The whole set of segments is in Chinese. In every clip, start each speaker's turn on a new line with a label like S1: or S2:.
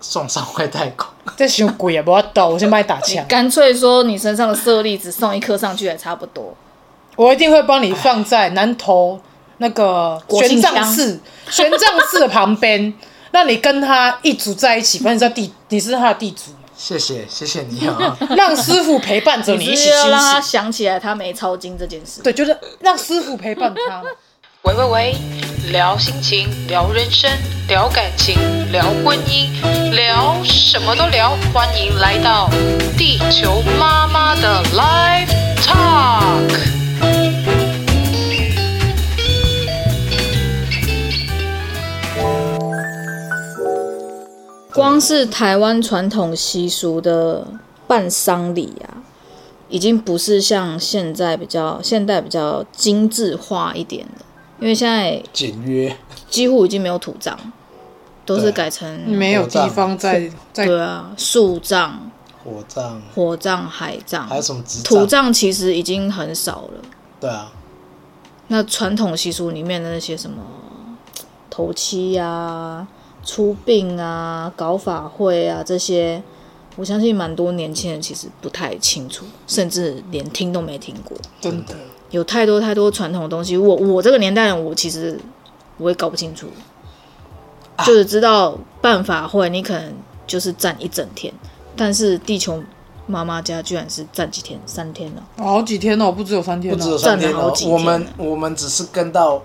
S1: 送上外太空，
S2: 这太贵啊，不要抖，我先帮你打
S3: 你
S2: 枪。
S3: 干脆说你身上的色粒子送一颗上去也差不多。
S2: 我一定会帮你放在南投那个
S3: 国庆
S2: 玄
S3: 乡
S2: 奘寺，玄奘寺的旁边，让你跟他一组在一起，反正你知道地，你是他的地主，
S1: 谢谢谢谢你啊、
S2: 让师傅陪伴着你一
S3: 只
S2: 起
S3: 是要
S2: 修
S3: 让他
S2: 行。
S3: 想起来他没抄经这件事。
S2: 对，就是让师傅陪伴他。
S4: 喂喂喂，聊心情，聊人生，聊感情，聊婚姻，聊什么都聊。欢迎来到地球妈妈的 Live Talk。
S3: 光是台湾传统习俗的办丧礼啊，已经不是像现在比较现代比较精致化一点的，因为现在
S1: 简约
S3: 几乎已经没有土葬，都
S1: 对
S3: 是改成
S2: 没有地方在在
S3: 对啊树葬、
S1: 火葬，
S3: 火葬、海葬
S1: 还，有什么纸
S3: 土葬其实已经很少了。
S1: 对啊，
S3: 那传统习俗里面的那些什么头七呀、出殡啊、搞法会啊这些，我相信蛮多年轻人其实不太清楚，甚至连听都没听过。
S2: 真的，
S3: 有太多太多传统的东西，我我这个年代人，我其实我也搞不清楚，就是知道办法会，你可能就是站一整天，但是地球妈妈家居然是站几天，三天了。
S2: 好几天哦，不只有三天
S1: 不只有
S2: 哦。
S1: 三天
S3: 站了好
S1: 哦
S3: 几，天
S1: 我们我们只是跟到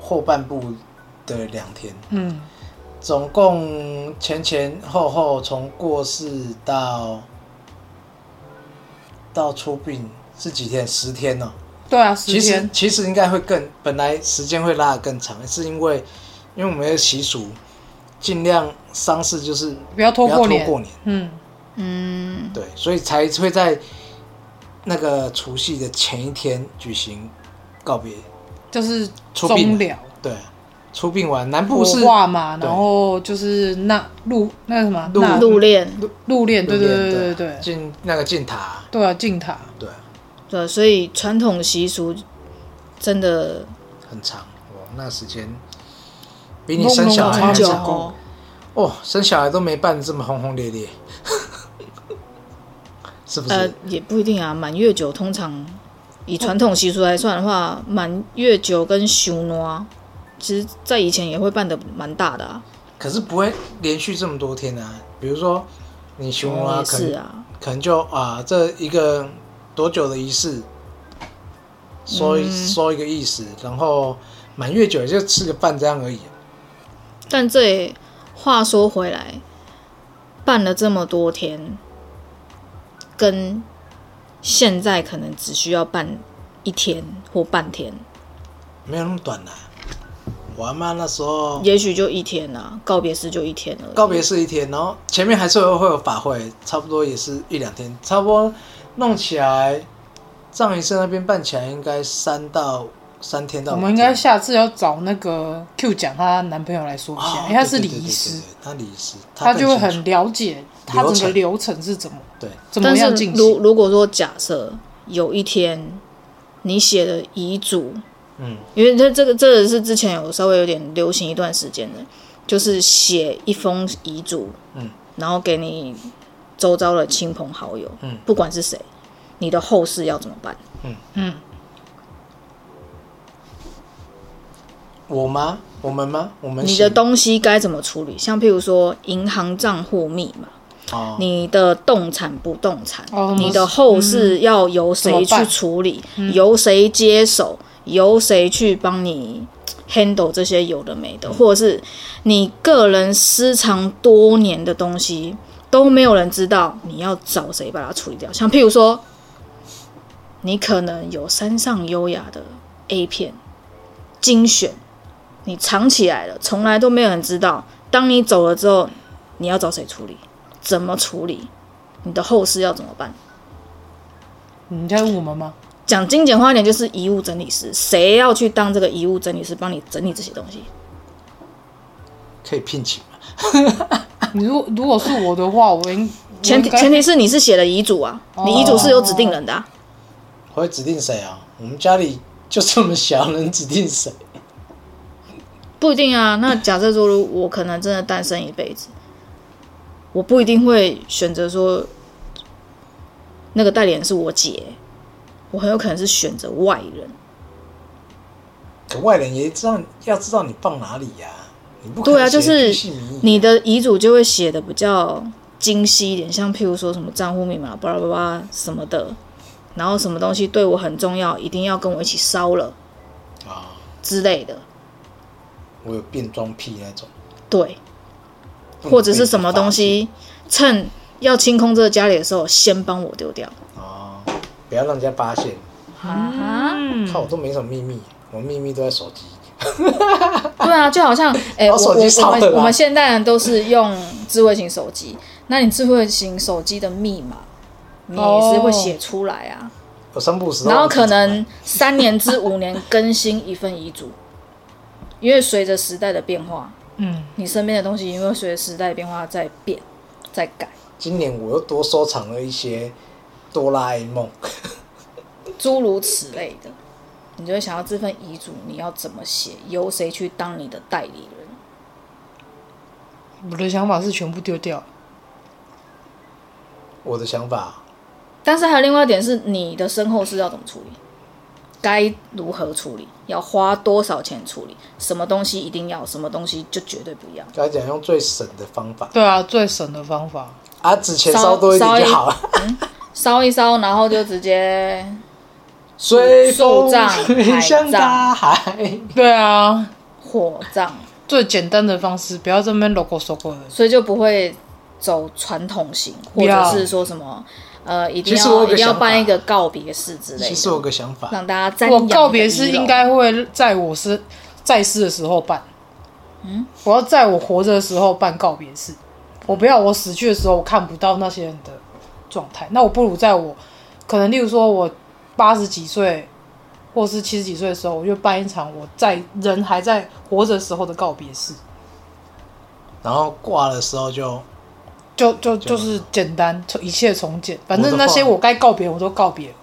S1: 后半部的两天，
S2: 嗯，
S1: 总共前前后后从过世到到出殡是几天？十天哦。
S2: 对啊，
S1: 其
S2: 十
S1: 实
S2: 天。
S1: 其实应该会更，本来时间会拉得更长，是因为因为我们的习俗，尽量丧事就是
S2: 不要拖
S1: 不要拖
S2: 过
S1: 年，
S2: 年。嗯，
S3: 嗯，
S1: 对，所以才会在那个除夕的前一天举行告别。
S2: 就是
S1: 出殡
S2: 中了。
S1: 对，出殡完南部
S2: 火
S1: 是
S2: 化嘛，
S1: 对
S2: 然后就是那入那什么
S1: 入
S2: 纳
S3: 入殓。
S2: 入殓，对对对对对
S1: 对，
S2: 对，
S1: 进那个进塔，
S2: 对啊，进塔
S1: 对，
S3: 对，所以传统习俗真的
S1: 很长哦，那时间比你生小孩
S2: 隆隆
S1: 还
S3: 很久
S1: 长
S3: 哦。
S1: 哦，生小孩都没办得这么轰轰烈 烈，是不是？
S3: 呃，也不一定啊，满月酒通常以传统习俗来算的话，满月酒跟修诺，其实在以前也会办的蛮大的啊。
S1: 可是不会连续这么多天啊。比如说你熊
S2: 哦
S1: 啊，
S3: 也
S1: 可
S3: 是
S1: 能
S3: 啊，
S1: 可能就啊，这一个多久的仪式，说一
S2: 嗯
S1: 说一个意思，然后满月酒也就吃个饭这样而已。
S3: 但这也话说回来，办了这么多天，跟现在可能只需要办一天或半天，
S1: 没有那么短啦、啊我阿妈那时候
S3: 也许就一天啊，告别式就一天而已。
S1: 哦告别是一天，然后前面还是会有法会，差不多也是一两天，差不多弄起来，藏仪社那边办起来应该三到三天到五
S2: 我
S1: 天。
S2: 们应该下次要找那个 Q 讲她男朋友来说一
S1: 啊
S2: 下，因为他是
S1: 对
S2: 礼
S1: 对对
S2: 仪
S1: 对
S2: 师
S1: 对，对他礼仪师，
S2: 他
S1: 更
S2: 就会
S1: 清楚
S2: 很了解他整个流程是怎么
S1: 对。
S2: 怎么
S3: 但
S2: 样
S3: 是
S2: 进
S3: 如
S2: 行。
S3: 如果说假设有一天你写的遗嘱，
S1: 嗯，
S3: 因为这这个这个是之前有稍微有点流行一段时间的，就是写一封遗嘱，
S1: 嗯，
S3: 然后给你周遭的亲朋好友，
S1: 嗯
S3: 不管是谁，你的后事要怎么办？
S2: 嗯，
S1: 我吗？我们吗？我们
S2: 嗯
S3: 你
S1: 行
S3: 的东西该怎么处理？像譬如说银行账户密码，
S1: 哦，
S3: 你的动产不动产，
S2: 哦
S3: 你的后事要由
S2: 怎
S3: 谁
S2: 么
S3: 去
S2: 办嗯
S3: 处理，由谁接手，由谁去帮你 handle 这些有的没的，或者是你个人私藏多年的东西都没有人知道，你要找谁把它处理掉？像譬如说，你可能有山上优雅的 A 片精选，你藏起来了，从来都没有人知道。当你走了之后，你要找谁处理？怎么处理？你的后事要怎么办？
S2: 你在问我们吗？
S3: 讲精简化一点，就是遗物整理师，谁要去当这个遗物整理师，帮你整理这些东西？
S1: 可以聘请吗？
S2: 你如如果是我的话，我应
S3: 前提前提是你是写了遗嘱啊，你遗嘱是有指定人的、啊。
S1: 我会指定谁啊？我们家里就这么小，能指定谁？
S3: 不一定啊。那假设说，如果我可能真的单身一辈子，我不一定会选择说那个代理人是我姐，我很有可能是选择外人。
S1: 可外人也知道，要知道你放哪里呀、你不可能
S3: 对啊，就
S1: 写
S3: 是
S1: 地契名义
S3: 你的遗嘱就会写的比较精细一点，像譬如说什么账户密码、巴拉巴拉什么的，然后什么东西对我很重要，一定要跟我一起烧了
S1: 啊，
S3: 之类的。
S1: 我有变装癖那种，
S3: 对，或者是什么东西，趁要清空这个家里的时候，先帮我丢掉。
S1: 啊，不要让人家发现。
S3: 啊，
S1: 看我都没什么秘密，我秘密都在手机。
S3: 对啊，就好像哎、
S1: 把
S3: 我
S1: 手
S3: 我
S1: 机烧
S3: 我
S1: 了
S3: 们
S1: 吧
S3: 我们现代人都是用智慧型手机，那你智慧型手机的密码，你也是会写出来啊。
S1: 我三不五时都
S3: 然后
S1: 忘记
S3: 可
S1: 怎么
S3: 能三年至 五年更新一份遗嘱，因为随着时代的变化，
S2: 嗯，
S3: 你身边的东西因为随着时代的变化在变，在改。
S1: 今年我又多收藏了一些哆啦 A 梦，
S3: 诸如此类的，你就会想要这份遗嘱你要怎么写，由谁去当你的代理人？
S2: 我的想法是全部丢掉。
S1: 我的想法
S3: 但是还有另外一点是，你的身后事要怎么处理，该如何处理，要花多少钱处理，什么东西一定要，什么东西就绝对不要。
S1: 该讲用最省的方法
S2: 对啊，最省的方法。
S1: 啊，纸钱
S3: 烧
S1: 烧多一
S3: 烧
S1: 点
S3: 一嗯
S1: 就好了。
S3: 烧一烧，然后就直接
S1: 随
S3: 树
S1: 风
S3: 葬
S1: 吹向大海，
S2: 对啊，
S3: 火葬，
S2: 最简单的方式，不要这边 logo logo 的。
S3: 所以就不会走传统型，或者是说什么呃，一定
S1: 其实我
S3: 要
S1: 有
S3: 一
S1: 个
S3: 定要
S1: 想法
S3: 办一个告别式之类
S1: 其实我有
S3: 的，
S1: 个想法，
S3: 让大家瞻
S2: 我告
S3: 仰你的
S2: 别
S3: 遗
S2: 式
S3: 容
S2: 应该会在我是在世的时候办。嗯，我要在我活着的时候办告别式，我不要我死去的时候我看不到那些人的状态。那我不如在我可能，例如说我八十几岁或是七十几岁的时候，我就办一场我在人还在活着时候的告别式，
S1: 然后挂的时候就
S2: 就就就是简单，就一切从简。反
S1: 我
S2: 正
S1: 的
S2: 那
S1: 话
S2: 些我该告别我都告别了。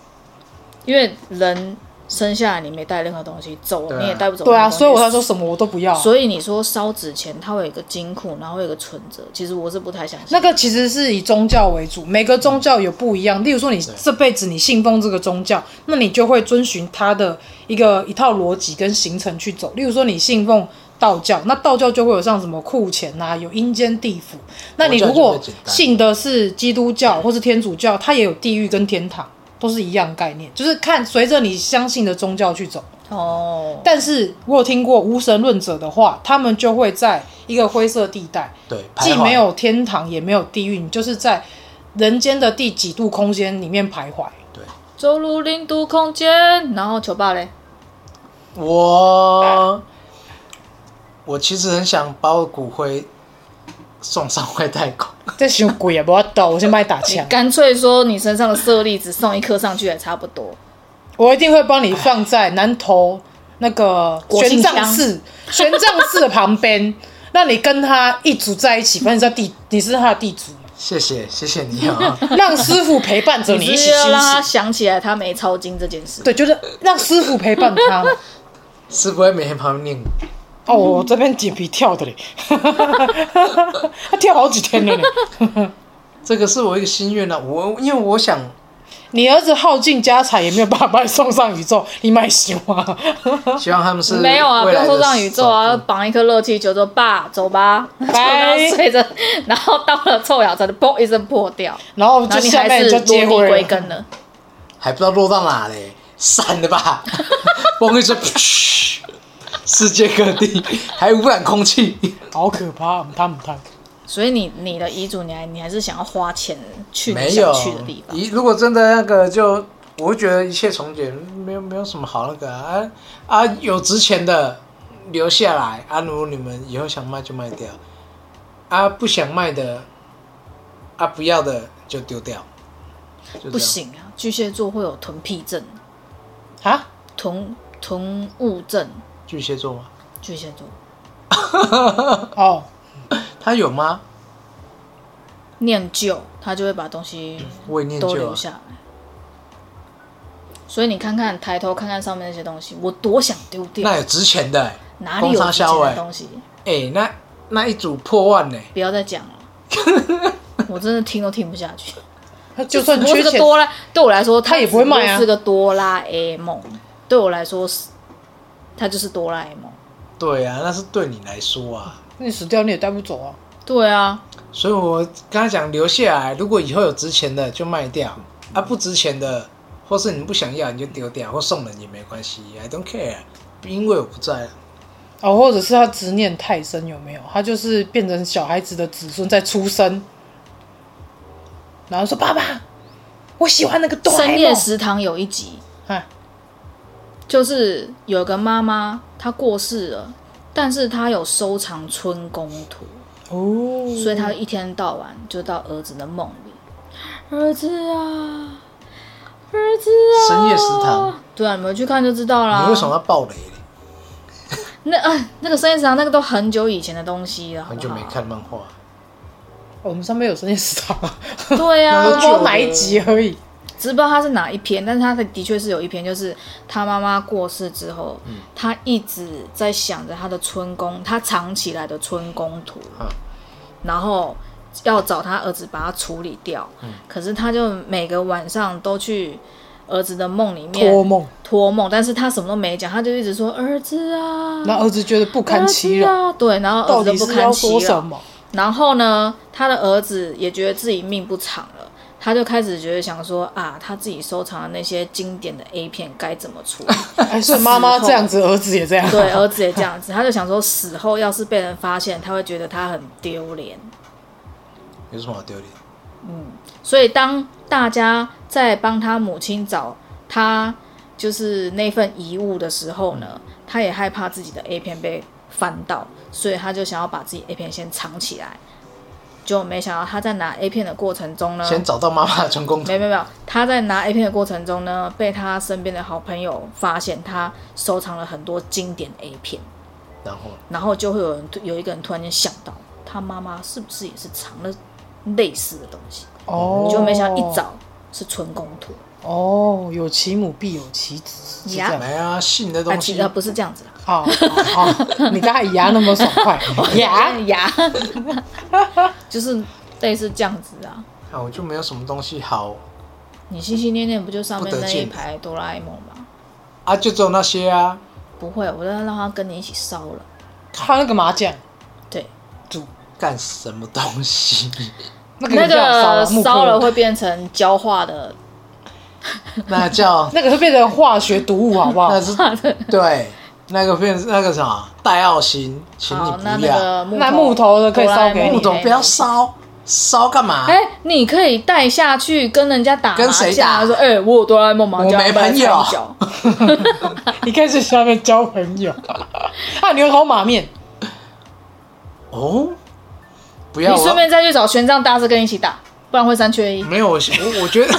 S3: 因为人生下来你没带任何东西，走
S1: 对
S3: 了
S1: 啊
S3: 你也带不走
S2: 对
S3: 任何
S2: 啊，
S3: 东西。
S2: 所以我才说什么我都不要啊。
S3: 所以你说烧纸钱，它会有一个金库，然后会有一个存折，其实我是不太相信。
S2: 那个其实是以宗教为主，每个宗教有不一样。例如说，你这辈子你信奉这个宗教，那你就会遵循它的一个一套逻辑跟行程去走。例如说，你信奉道教，那道教就会有像什么库钱啊，有阴间地府。那你如
S1: 佛教就
S2: 果
S1: 比较简单
S2: 信的是基督教或是天主教，它也有地狱跟天堂，都是一样概念，就是看随着你相信的宗教去走。
S3: 哦，
S2: 但是我有听过无神论者的话，他们就会在一个灰色地带。
S1: 对，
S2: 既
S1: 徘徊
S2: 没有天堂，也没有地狱，你就是在人间的第几度空间里面徘徊。
S1: 对。
S3: 走入零度空间，然后球爸嘞，
S1: 我我其实很想把我骨灰送上外太空，
S2: 这熊鬼也不要抖，我先帮你打
S3: 你
S2: 枪，
S3: 干脆说你身上的舍利子送一颗上去也差不多。
S2: 我一定会帮你放在南头那个
S3: 国
S2: 玄
S3: 庆箱
S2: 奘寺， 玄奘寺的旁边，让你跟他一组在一起，反正你是地，你是他的地主嘛，
S1: 谢谢谢谢你啊，
S2: 让师傅陪伴着你一起
S3: 是要
S2: 修
S3: 让他
S2: 行。
S3: 想起来他没抄经这件事。
S2: 对，就是让师傅陪伴他嘛。
S1: 是不会每天旁边念我
S2: 哦，我这边眼皮跳的嘞， 他跳好几天了嘞。
S1: 这个是我一个心愿啊，我因为我想
S2: 你儿子耗尽家财也没有办法把你送上宇宙，你买行吗？
S1: 希望他们是
S3: 没有啊，不
S1: 未来
S3: 用
S1: 的
S3: 说上宇宙啊，
S1: 首富，
S3: 绑一颗热气球说 爸走吧，然
S1: 哎
S3: 后睡着，然后到了臭氧层，砰一声破掉，
S2: 然后
S3: 然
S2: 就
S3: 后你
S2: 下
S3: 还
S2: 面
S3: 是
S2: 就
S3: 落
S2: 接
S3: 地
S2: 回
S3: 归根了。
S1: 还不知道落到哪嘞，散了吧，风一吹，噗世界各地，还污染空气。
S2: 好可怕，唔贪唔贪。
S3: 所以你你的遗嘱，你还你还是想要花钱去你
S1: 没
S3: 想
S1: 有
S3: 去的地方。
S1: 一如果真的那个就，我会觉得一切从简，没有没有什么好那个啊啊啊，有值钱的留下来啊，如果你们以后想卖就卖掉，啊不想卖的，啊不要的就丢掉，就这样
S3: 不行啊，巨蟹座会有囤屁症、
S1: 啊，
S3: 囤囤物症。
S1: 巨蟹座吗？
S3: 巨蟹座
S2: 哦，
S1: 他有吗？
S3: 念旧，他就会把东西
S1: 我也念
S3: 都
S1: 旧
S3: 留
S1: 啊，
S3: 下来。所以你看看，抬头看看上面那些东西，我多想丢掉
S1: 那，有值钱的、欸，
S3: 哪里有
S1: 工商
S3: 值钱
S1: 销
S3: 的
S1: 欸
S3: 东西？
S1: 哎、那那一组破万呢、
S3: 不要再讲了， 我真的听都听不下去。
S2: 他就算
S3: 只不过
S2: 缺
S3: 是个
S2: 钱，
S3: 哆啦，对我来说，它
S2: 他也不会卖啊
S3: 只不过是个哆啦 A 梦，对我来说是，它就是哆啦 A 梦。
S1: 对啊，那是对你来说啊，
S2: 你死掉你也带不走啊。
S3: 对啊，
S1: 所以我跟他讲留下来，如果以后有值钱的就卖掉，啊不值钱的，或是你不想要你就丢掉，或送人也没关系，I don't care，因为我不在了。啊
S2: 哦，或者是他执念太深，有没有？他就是变成小孩子的子孙在出生，然后说：“爸爸，我喜欢那个哆啦
S3: 深
S2: A
S3: 夜
S2: 梦。
S3: 食堂有一集，
S2: 哎
S3: 就是有个妈妈她过世了，但是她有收藏春宫图，”
S2: 哦，
S3: 所以她一天到晚就到儿子的梦里，儿子啊，儿子啊，
S1: 深夜食堂，
S3: 对啊，你们去看就知道啦。
S1: 你为什么要爆雷呢？
S3: 那啊，那个深夜食堂那个都很久以前的东西了，好不
S1: 很
S3: 好
S1: 久没。看漫画，
S2: 我们上面有深夜食堂啊，
S3: 对呀、
S2: 我
S3: 啊，
S2: 不知道哪一集而已。
S3: 只不知道他是哪一篇，但是他的的确是有一篇，就是他妈妈过世之后，
S1: 嗯
S3: 他一直在想着他的春宫，他藏起来的春宫图，
S1: 嗯
S3: 然后要找他儿子把它处理掉。
S1: 嗯
S3: 可是他就每个晚上都去儿子的梦里面
S2: 托梦，
S3: 托梦，但是他什么都没讲，他就一直说儿子啊，
S2: 那儿子觉得不堪其扰，
S3: 儿子啊，对，然后
S2: 到
S3: 儿子
S2: 底
S3: 都不
S2: 是要
S3: 堪其
S2: 说
S3: 扰
S2: 什。么？
S3: 然后呢，他的儿子也觉得自己命不长了，他就开始觉得想说啊，他自己收藏的那些经典的 A 片该怎么处理？
S2: 哎， 所以妈妈这样子，儿子也这样。
S3: 哦对，儿子也这样子，他就想说死后要是被人发现，他会觉得他很丢脸。
S1: 有什么好丢脸？
S3: 所以当大家在帮他母亲找他就是那份遗物的时候呢，他也害怕自己的 A 片被翻到，所以他就想要把自己 A 片先藏起来。就没想到他在拿 A 片的过程中呢，
S1: 先找到妈妈的成功图
S3: 没有没有没有，他在拿 A 片的过程中呢，被他身边的好朋友发现他收藏了很多经典 A 片，
S1: 然后
S3: 然后就会有人有一个人突然间想到，他妈妈是不是也是藏了类似的东西？
S2: 哦，
S3: 就没想到一找是春宫图，
S2: 哦，有其母必有其子，是这样。
S1: 没啊，性的
S3: 啊，
S1: 东
S3: 其
S1: 西
S3: 实不是这样子啦，
S2: 好，好，好你刚才牙那么爽 快，
S3: 哦
S2: 牙
S3: 牙， 就是类似这样子啊。
S1: 啊，我就没有什么东西好
S3: 你心心念念不就上面
S1: 不得
S3: 那
S1: 进
S3: 一排哆啦 A 梦吗？
S1: 啊，就只有那些啊。
S3: 不会，我都要让他跟你一起烧了。
S2: 他那个麻将
S3: 对，
S2: 组，
S1: 干什么东 西？
S2: 那个
S3: 那
S2: 人叫
S3: 个
S2: 啊木
S3: 烧了
S2: 刻，
S3: 会变成焦化的
S1: 那叫
S2: 那个会变成化学毒物，好不好
S1: 那？是 对那个片那个啥戴奥辛，请你
S3: 好，那
S1: 不
S3: 那
S1: 要。
S3: 个木
S2: 那木头的可以
S3: 哆啦
S2: 烧
S3: A
S2: 给
S3: 梦
S2: 你
S1: 木头不要。烧，烧干嘛？
S3: 哎、你可以带下去跟人家打麻将，
S1: 跟谁打
S3: 说哎、我有哆啦 A 梦麻将，
S1: 我没
S3: 要不要
S1: 朋友
S3: 来参一 脚
S2: 你可以去下面交朋友。啊，牛头马面，
S1: 哦，不要嗯
S3: 你顺
S1: 我
S3: 便再去找玄奘大师跟你一起打，不然会三缺一。
S1: 没有我我我觉得，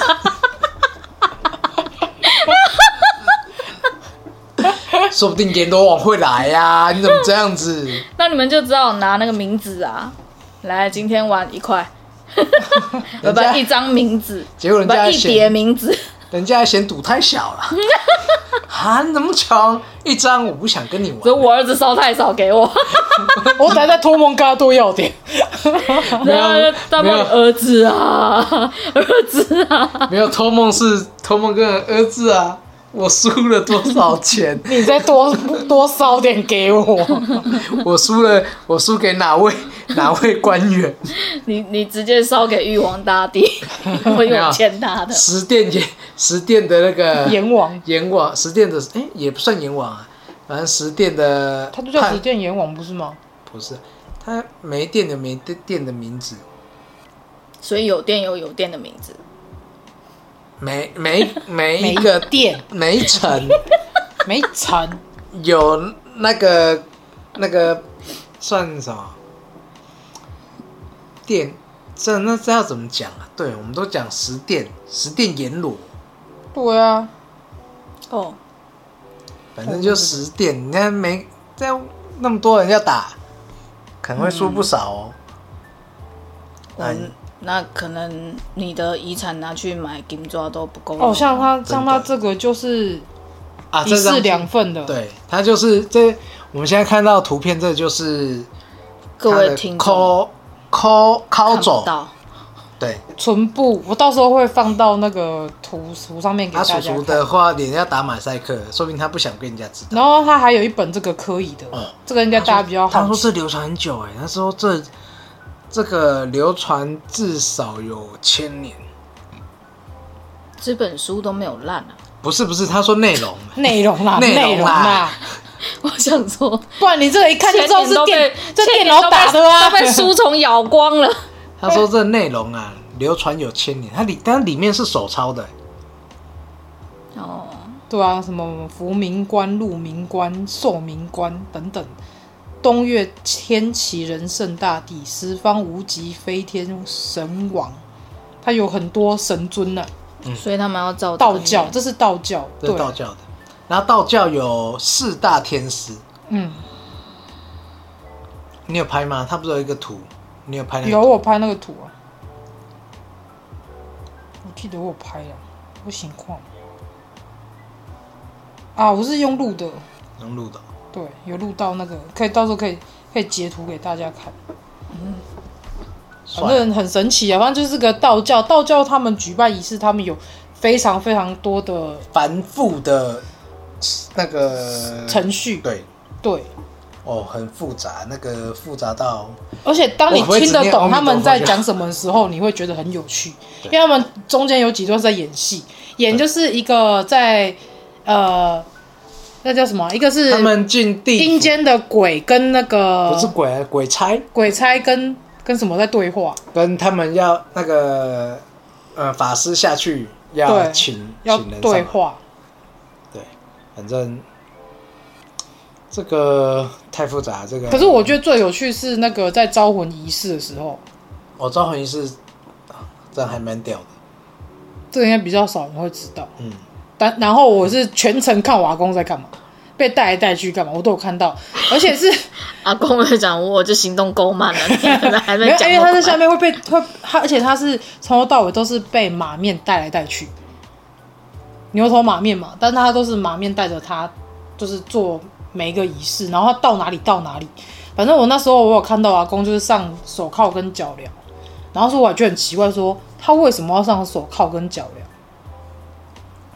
S1: 说不定阎罗王会来呀、你怎么这样子？
S3: 那你们就只好拿那个名字啊，来，今天玩一块，不
S1: 人
S3: 不
S1: 家，
S3: 一张名字，
S1: 结果人
S3: 不
S1: 家还
S3: 一叠
S1: 嫌
S3: 名字，
S1: 人家还嫌赌太小 了，啊，你怎么穷？一张我不想跟你
S3: 只是
S1: 玩，
S3: 我儿子烧太少给我，
S2: 我等下在托梦跟他多要点。
S3: 然后就 大
S1: 没
S3: 梦
S1: 有
S3: 儿子啊， 儿子啊，
S1: 没有托梦是托梦跟儿子啊，我输了多少 钱？
S2: 你再多多烧点给我，
S1: 我输了，我输给哪位 哪位官员？
S3: 你你直接烧给玉皇 大帝，我
S1: 没有
S3: 有欠他的。
S1: 十殿阎十殿的那个
S2: 阎王
S1: 阎王，十殿的哎、也不算阎王啊，反正十店的
S2: 它就叫
S1: 判
S2: 只见阎王不是吗？
S1: 不是，它每一店的每一店的名字，
S3: 所以有店有有店的名字，
S1: 每每每
S2: 每
S1: 一
S2: 一
S1: 个
S2: 店
S1: 每一层
S2: 每一层
S1: 有那个那个算什么店？这那这要怎么讲啊？对，我们都讲十店，十店阎罗，
S2: 对啊，
S3: 哦，
S1: 反正就十店。你看没在那么多人要打，可能会输不少哦。哎
S3: 嗯，那可能你的遗产拿去买金抓都不够用
S2: 哦，像它
S1: 的
S2: 像它这个就是
S1: 啊，
S2: 一
S1: 这张
S2: 式两份的，，
S1: 对，它就是这。我们现在看到图片，这就是
S3: 各位听众
S1: 抠抠抠
S3: 看不
S1: 走，
S3: 到，
S1: 对，
S2: 唇部我到时候会放到那个图图上面给
S1: 他
S2: 大家
S1: 叔
S2: 看。
S1: 叔的话，脸要打马赛克，说明他不想被人家知道。
S2: 然后他还有一本这个科以的，
S1: 嗯
S2: 这个应该大家比较
S1: 他
S2: 哦好
S1: 说
S2: 奇。
S1: 这流传很久哎、他说这这个流传至少有千年，
S3: 这本书都没有烂啊。
S1: 不是不是，他说内 容，
S2: 内容啦，
S1: 内容啦
S2: 内容啦，
S3: 我想说，
S2: 不然你这个 一看就知道是电
S3: 前年都被
S2: 这电脑打的啊
S3: 前年都被都被书虫咬光了。
S1: 他说这内容啊流传有千年，它里但里面是手抄的欸、
S3: 哦，
S2: 对啊，什么伏明官、陆明官、寿明官等等。东岳天齐仁圣大帝，十方无极飞天神王，他有很多神尊呢、
S1: 嗯
S3: 所以他们要照
S2: 道教，这是道教，
S1: 这是
S2: 对，
S1: 道教的。然后道教有四大天师，
S2: 嗯，
S1: 你有拍吗？他不是有一个图，你有拍那个
S2: 有
S1: 图？
S2: 我拍那个图啊，我记得我有拍了，我情况啊，我是用录的，
S1: 能录的哦。
S2: 对，有录到那个，可以到时候可以可以截图给大家看，反
S1: 算了
S2: 正很神奇啊，反正就是个道教，道教他们举办仪式，他们有非常非常多的
S1: 繁复的那个
S2: 程序，
S1: 对，
S2: 对，
S1: 哦，很复杂，那个复杂到
S2: 而且当你
S1: 我会
S2: 听
S1: 直
S2: 得
S1: 接阿
S2: 懂
S1: 弥
S2: 他们
S1: 陀佛
S2: 在
S1: 就
S2: 讲什么的时候，你会觉得很有趣，
S1: 对
S2: 因为他们中间有几段是在演戏，演就是一个在呃，那叫什么？啊一个是
S1: 他们进地府
S2: 阴间的鬼跟那
S1: 不是
S2: 个
S1: 鬼鬼差，
S2: 鬼差跟跟什么在对话，
S1: 跟他们要那个呃法师下去要
S2: 对
S1: 请
S2: 要
S1: 请人上
S2: 对
S1: 来，
S2: 话。
S1: 对，反正这个太复杂，这个
S2: 可是我觉得最有趣是那个在招魂仪式的时候，
S1: 我招魂仪式啊这样还蛮屌的，
S2: 这个应该比较少人会知道。
S1: 嗯，
S2: 但然后我是全程看我阿公在干嘛，被带来带去干嘛，我都有看到，而且是。
S3: 阿公会讲，我就行动够慢了，你可能还
S2: 没
S3: 没
S2: 有，
S3: 讲。
S2: 因为他在下，面会被会他，而且他是从头到尾都是被马面带来带去，牛头马面嘛，但他都是马面带着他，就是做每一个仪式，然后他到哪里到哪里。反正我那时候我有看到阿公就是上手铐跟脚镣，然后说我还觉得很奇怪说他为什么要上手铐跟脚镣？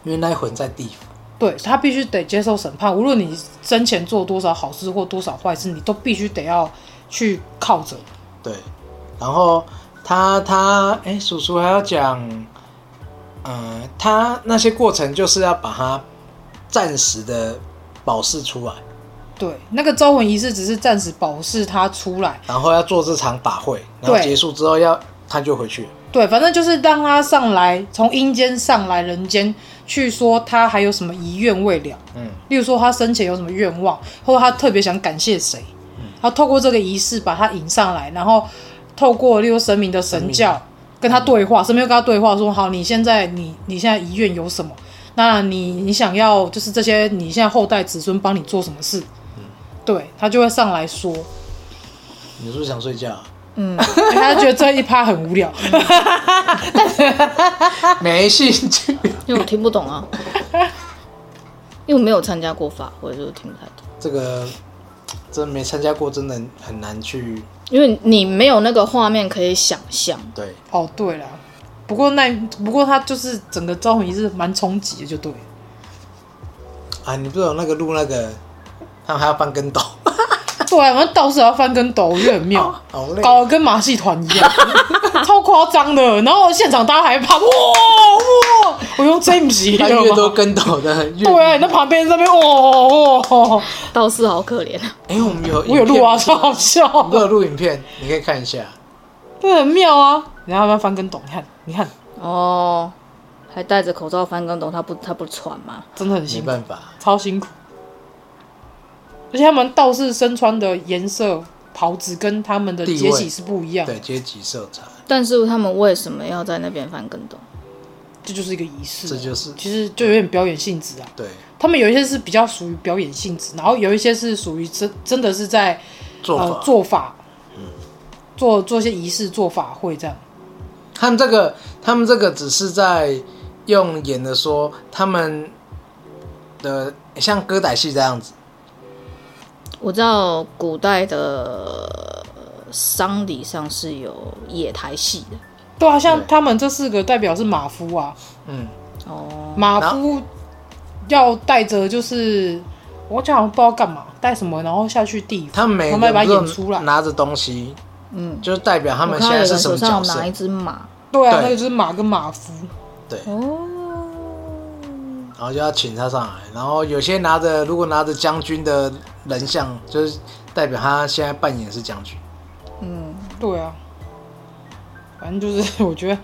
S1: 因为那魂在地府，
S2: 对他必须得接受审判，无论你生前做多少好事或多少坏事，你都必须得要去靠着。
S1: 对，然后他他哎、叔叔还要讲，呃，他那些过程就是要把它暂时的保释出来，
S2: 对，那个招魂仪式只是暂时保释他出来，
S1: 然后要做这场法会，然后
S2: 对
S1: 结束之后要他就回去了，
S2: 对，反正就是让他上来，从阴间上来人间去说他还有什么遗愿未了，
S1: 嗯，
S2: 例如说他生前有什么愿望，或者他特别想感谢谁，他透过这个仪式把他引上来，然后透过例如神明的神教跟他对话，神明又跟他对话说：好，你现在你你现在遗愿有什么？那你你想要就是这些你现在后代子孙帮你做什么事？对他就会上来说，
S1: 你是不是想睡觉啊、
S3: 嗯，
S2: 他就觉得这一趴很无聊，
S1: 没兴趣。
S3: 因为我听不懂啊，因为我没有参加过法会，就听不太懂。
S1: 这个真没参加过，真的很难去
S3: 因为你没有那个画面可以想象，
S1: 对。
S2: 哦，对啦，不过那不过他就是整个招魂仪式蛮冲击的，就对了。
S1: 啊，你不是有那个录那个，他们还要翻跟斗，
S2: 对，然后道士还要翻跟斗，我觉得很妙，
S1: 哦好累。
S2: 搞得跟马戏团一样， 超夸张的。然后现场大家还怕，哇哇！我用这不起
S1: 他
S2: 了
S1: 越多
S2: 吗？
S1: 跟斗的越
S2: 对啊，你在旁边在那边，哦哦，
S3: 道士好可怜，啊
S1: 哎、我们有
S2: 我有录啊，
S1: 影片
S2: 超好笑
S1: 我们有录影片，你可以看一下。
S2: 对，很妙啊！你要不要翻跟斗？你看，你看，
S3: 哦，还戴着口罩翻跟斗，他不他不喘吗？
S2: 真的很
S1: 没
S2: 辛苦，
S1: 办法，
S2: 超辛苦。而且他们道士身穿的颜色、袍子跟他们的
S1: 地
S2: 节
S1: 位
S2: 气是不一样的
S1: 对，阶级受查，
S3: 但是他们为什么要在那边翻跟斗？
S2: 这就是一个仪式啊，
S1: 这就是
S2: 其实就有点表演性质啊。
S1: 对，
S2: 他们有一些是比较属于表演性质，然后有一些是属于真真的是在
S1: 做法。嗯
S2: 呃做法，做做一些仪式、做法会这样。
S1: 他们这个，他们这个只是在用演的说他们的像歌仔戏这样子，
S3: 我知道古代的呃丧礼上是有野台戏的
S2: 对啊，像
S1: 对
S2: 他们这四个代表是马夫啊，
S1: 嗯，
S3: 哦，
S2: 马
S1: 然
S2: 夫要带着就是我讲不知道干嘛，带什么，然后下去地府，
S1: 他们每
S2: 他们要把它
S1: 个
S2: 演出来。
S1: 拿着东西，
S3: 嗯，
S1: 就是代表他
S3: 我
S1: 们
S3: 看
S1: 现
S3: 到
S1: 在
S3: 有
S1: 是什么
S3: 人手上
S1: 角
S3: 有
S1: 色
S3: 拿一。只马
S2: 对啊，
S1: 对
S2: 那个就是马跟马夫，
S1: 对，
S3: 哦，
S1: 然后就要请他上来。然后有些拿着，如果拿着将军的人像，就是代表他现在扮演是将军。
S3: 嗯，
S2: 对啊，反正就是 我觉得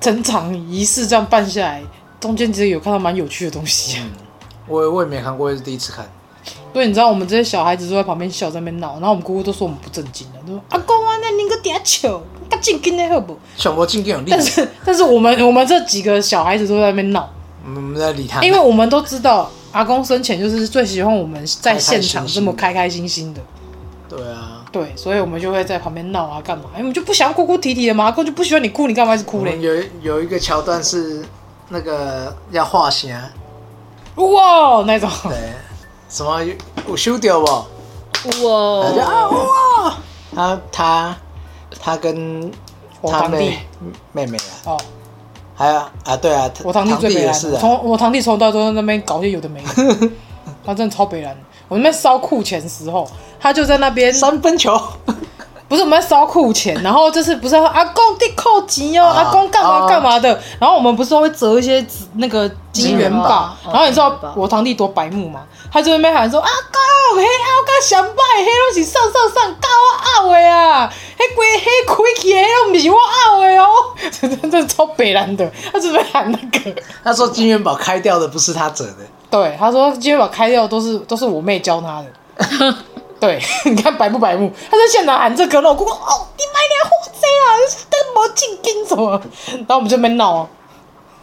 S2: 整场仪式这样办下来，中间其实有看到蛮有趣的东西、啊。
S1: 我我也没看过，我也是第一次看。嗯
S2: 对，你知道我们这些小孩子都在旁边笑，在那边闹，然后我们姑姑都说我们不正经的，都说阿公啊，那你个嗲球，他进跟的好不？
S1: 小魔镜更有力
S2: 但，是但是我们我们这几个小孩子都在那边闹，
S1: 我们在理他。
S2: 因为我们都知道阿公生前就是最喜欢我们在现
S1: 开开心
S2: 场
S1: 心
S2: 这么开开心心的，
S1: 对啊，
S2: 对，所以我们就会在旁边闹啊干嘛，因为我们就不想要哭哭啼啼的嘛，阿公就不喜欢你哭，你干嘛一直
S1: 我
S2: 哭嘞
S1: 们？有有一个桥段是那个要画虾，嗯
S2: 哇，那种，
S1: 对，什么我修掉不？
S3: 哇，哦
S1: 他啊他他跟
S2: 我
S1: 他
S2: 堂弟
S1: 妹妹妹啊，
S2: 哦，
S1: 还有啊，对啊，
S2: 我堂弟最北
S1: 也
S2: 蓝
S1: 是
S2: 的，
S1: 啊，
S2: 从我堂弟从头到尾都在那边搞些有的没的，他真的超北蓝。我那边烧库钱的时候，他就在那边，
S1: 三分球，
S2: 不是我们在烧库 钱，然后就是不是他说阿公地扣钱哦，
S1: 啊
S2: 阿公干嘛
S1: 啊
S2: 干嘛的，然后我们不是都会折一些纸那个金元宝
S3: 宝，
S2: 然后你知
S3: 哦金元
S2: 道
S3: 宝
S2: 我堂弟多白目嘛，他就在那边喊说阿公嘿阿公想拜嘿拢是上上上高啊阿伟啊，嘿鬼嘿鬼去嘿拢不是我阿伟哦， 真的超北蓝的，他就在那边喊那个。
S1: 他说金元宝开掉的不是他折 的，
S2: 对，他说今天把开掉都是都是我妹教他的。对，你看白不白目？他在现场喊这个，然后我姑姑哦，你买点货贼啊啦，灯没进金什么？然后我们就在那边闹、啊。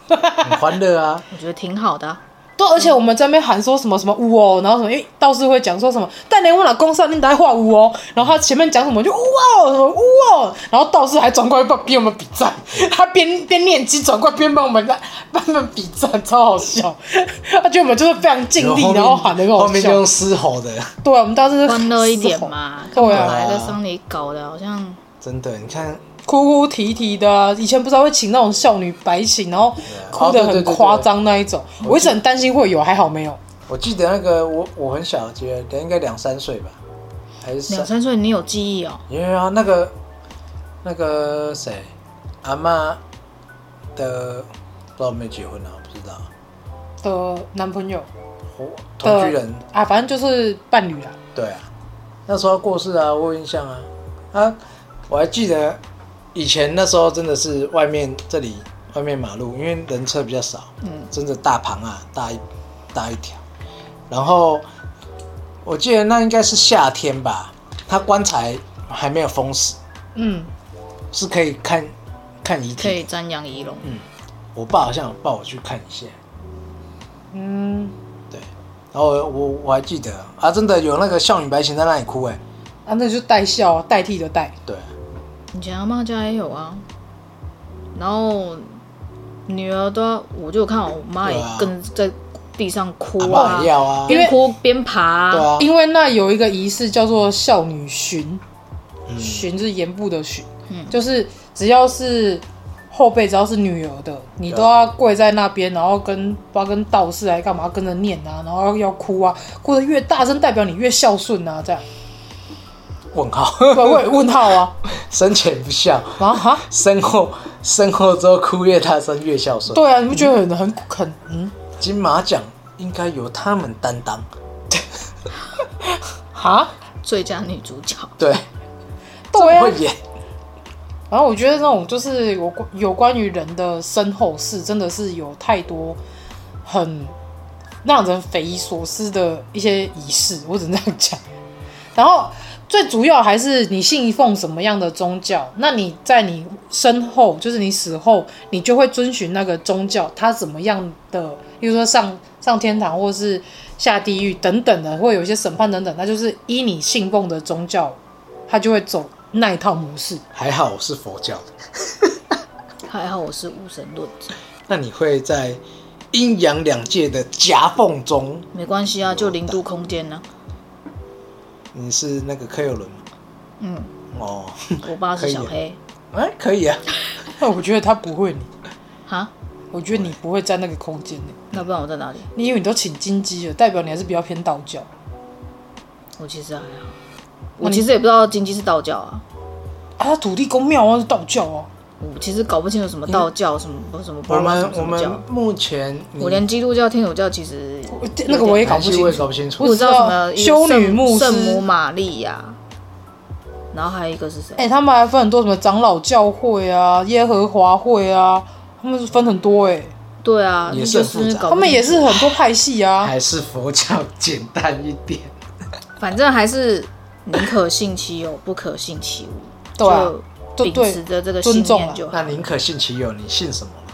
S1: 很欢乐啊，
S3: 我觉得挺好的啊、
S2: 对，而且我们在那边喊说什么什么呜哦，然后什么，因为道士会讲说什么，但连我老公上你来画呜哦，然后他前面讲什么就呜哦什么呜哦，然后道士还转过来帮逼我们比赞，他边边念经转过来边帮我们在帮我们比赞，超好笑。他觉得我们就是非常尽力，然后喊的很
S1: 后
S2: 好
S1: 面
S2: 笑
S1: 就。用嘶吼的，
S2: 对，我们当时是
S3: 欢乐一点 嘛，
S1: 哦
S3: 干嘛
S2: 对啊，
S3: 来个丧礼搞的好像
S1: 真的，你看，
S2: 哭哭啼啼的啊、以前不知道会请那种少女白请，然后哭得
S1: 对对
S2: 很
S1: 对
S2: 夸张那一种，我一直很担心会有，还好没有。
S1: 我记得那个我我很小，觉得应该两三岁吧，还是啊三，
S3: 两三岁你有记忆哦，
S1: 因为啊那个那个谁，阿妈的不知道有没有结婚啊，不知道，
S2: 的男朋友
S1: 我同居
S2: 的
S1: 人
S2: 啊，反正就是伴侣啦。
S1: 对啊，那时候过世啊，我有印象啊。啊，我还记得以前那时候真的是外面这里外面马路，因为人车比较少，
S3: 嗯，
S1: 真的大旁啊，大一大一条。然后我记得那应该是夏天吧，他棺材还没有封死，
S2: 嗯，
S1: 是可以看看遗
S3: 可
S1: 体
S3: 以
S1: 的。
S3: 瞻仰仪容，
S1: 我爸好像有抱我去看一下，
S2: 嗯，
S1: 对。然后我我我还记得啊，真的有那个少女白裙在那里哭哎、
S2: 啊，那就是代孝啊，代替的代。
S1: 对，
S3: 以前阿妈家也有啊，然后女儿都要，我就有看我妈也
S1: 对啊
S3: 跟在地上
S1: 阿
S3: 哭
S1: 爸
S3: 啊
S1: 也，要啊，
S2: 因为
S3: 边哭边爬、
S1: 对啊，
S2: 因为那有一个仪式叫做孝女巡，巡是严部的巡，
S3: 嗯
S2: 就是只要是后辈只要是女儿的，你都要跪在那边，然后跟不知道跟道士来干嘛，跟着念啊，然后要哭啊，哭得越大声代表你越孝顺啊，这样。
S1: 问号，
S2: 不然我也问号啊，
S1: 生前不孝，
S2: 啊哈，
S1: 身后身后之后哭越大声越孝顺。
S2: 对啊，你不觉得很很很嗯
S1: 金马奖应该由他们担当，
S2: 哈？
S3: 最佳女主角，
S1: 对，
S2: 对啊
S1: 会，演
S2: 然后我觉得那种就是有关有关于人的身后事，真的是有太多很让人匪夷所思的一些仪式，我只能这样讲。然后最主要还是你信奉什么样的宗教，那你在你身后，就是你死后，你就会遵循那个宗教，它怎么样的，例如说上上天堂或是下地狱等等的，会有一些审判等等，那就是依你信奉的宗教，它就会走那一套模式。
S1: 还好我是佛教的，
S3: 还好我是无神论者，
S1: 那你会在阴阳两界的夹缝中，
S3: 没关系啊，就零度空间呢、
S1: 你是那个柯有伦吗？
S3: 嗯，
S1: 哦，
S3: 我爸是小
S1: 可
S3: 黑，
S1: 哎，可以啊，
S2: 那我觉得他不会你，
S3: 哈，
S2: 我觉得你不会在那个空间内，
S3: 那不然我在哪里？
S2: 你因为你都请金鸡了，代表你还是比较偏道教。
S3: 我其实还好，我其实也不知道金鸡是道教啊，
S2: 啊，他土地公庙啊是道教啊，
S3: 我其实搞不清楚什么道教，什么什么
S1: 嗯我
S3: 巴拉什
S1: 们
S3: 么
S1: 我
S3: 什么
S1: 们嗯
S3: 教，
S1: 目前你
S3: 我连基督教、天主教其实
S2: 我那个我也搞不
S1: 还是
S2: 清
S1: 我也搞
S2: 楚。
S1: 不清楚
S2: 我
S3: 不知道什么
S2: 知哦道修女牧师
S3: 圣圣母玛利亚，然后还有一个是谁？
S2: 哎、他们还分很多什么长老教会啊、耶和华会啊，他们是分很多哎、
S3: 对啊，
S1: 也
S3: 你
S1: 是
S3: 就
S1: 很复杂
S3: 是搞不清楚
S2: 他们也是很多派系啊。
S3: 哦
S1: 还是佛教简单一点。
S3: 反正还是宁可信其有，不可信其无。
S2: 对啊
S3: 就
S2: 就
S3: 秉
S2: 对
S3: 持着这个
S2: 尊
S3: 信
S2: 重
S3: 念
S2: 啊
S3: 就好。
S1: 那宁可信其有，你信什么呢？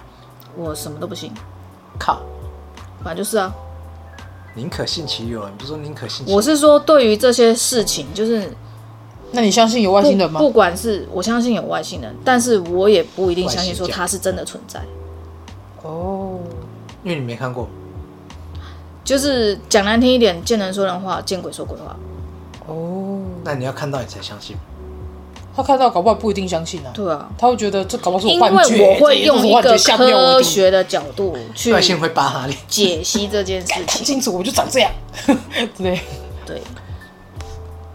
S3: 我什么都不信，
S1: 靠，
S3: 反正就是啊。
S1: 宁可信其有，你不是说宁可信其有？
S3: 我是说，对于这些事情，就是
S2: 那你相信有外星人
S3: 不
S2: 吗？
S3: 不管是我相信有外星人，但是我也不一定相信说
S1: 外星人
S3: 它是真的存在。
S2: 哦，
S1: 因为你没看过，
S3: 就是讲难听一点，见人说人话，见鬼说鬼话。
S2: 哦，
S1: 那你要看到你才相信。
S2: 他看到搞不好不一定相信啊，
S3: 对啊，
S2: 他会觉得这搞不好是
S3: 因
S2: 幻觉，
S3: 为我会用一
S2: 这也
S3: 个
S2: 都是幻觉吓不要我
S3: 科
S2: 的肚子
S3: 学的角度去
S1: 外星会扒哈利，
S3: 解析这件事
S2: 看
S3: 情。
S2: 清楚我就长这样，之类。
S3: 对，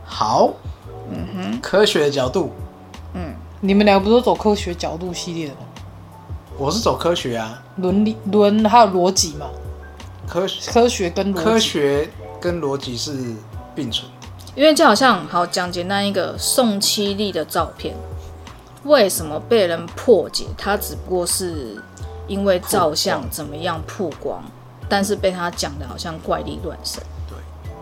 S1: 好，嗯哼，科学的角度，
S2: 你们两个不是都走科学角度系列的吗？
S1: 我是走科学啊，
S2: 伦理、伦还有逻辑嘛，
S1: 科学
S2: 科学跟逻
S1: 科
S2: 辑。
S1: 学跟逻辑是并存的。
S3: 因为就好像好讲简单一个宋七力的照片，为什么被人破解？他只不过是因为照相怎么样曝光，但是被他讲的好像怪力乱神。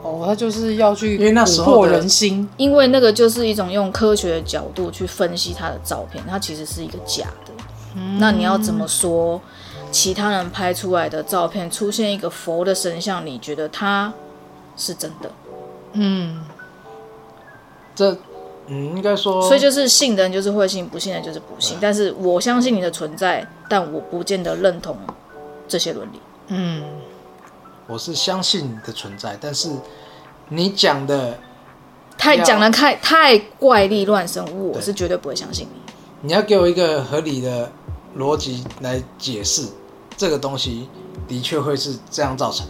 S2: 哦，他就是要去
S1: 因为那
S2: 蛊
S1: 时候
S2: 惑
S1: 的
S2: 人心。
S3: 因为那个就是一种用科学的角度去分析他的照片，它其实是一个假的。那你要怎么说其他人拍出来的照片出现一个佛的神像，你觉得它是真的？
S2: 嗯，
S1: 这，嗯，应该说，
S3: 所以就是信的人就是会信，不信的人就是不信。但是我相信你的存在，但我不见得认同这些伦理。
S2: 嗯，
S1: 我是相信你的存在，但是你讲的，
S3: 太
S1: 要
S3: 讲的太太怪力乱神，我是绝对不会相信你。
S1: 你要给我一个合理的逻辑来解释这个东西，的确会是这样造成，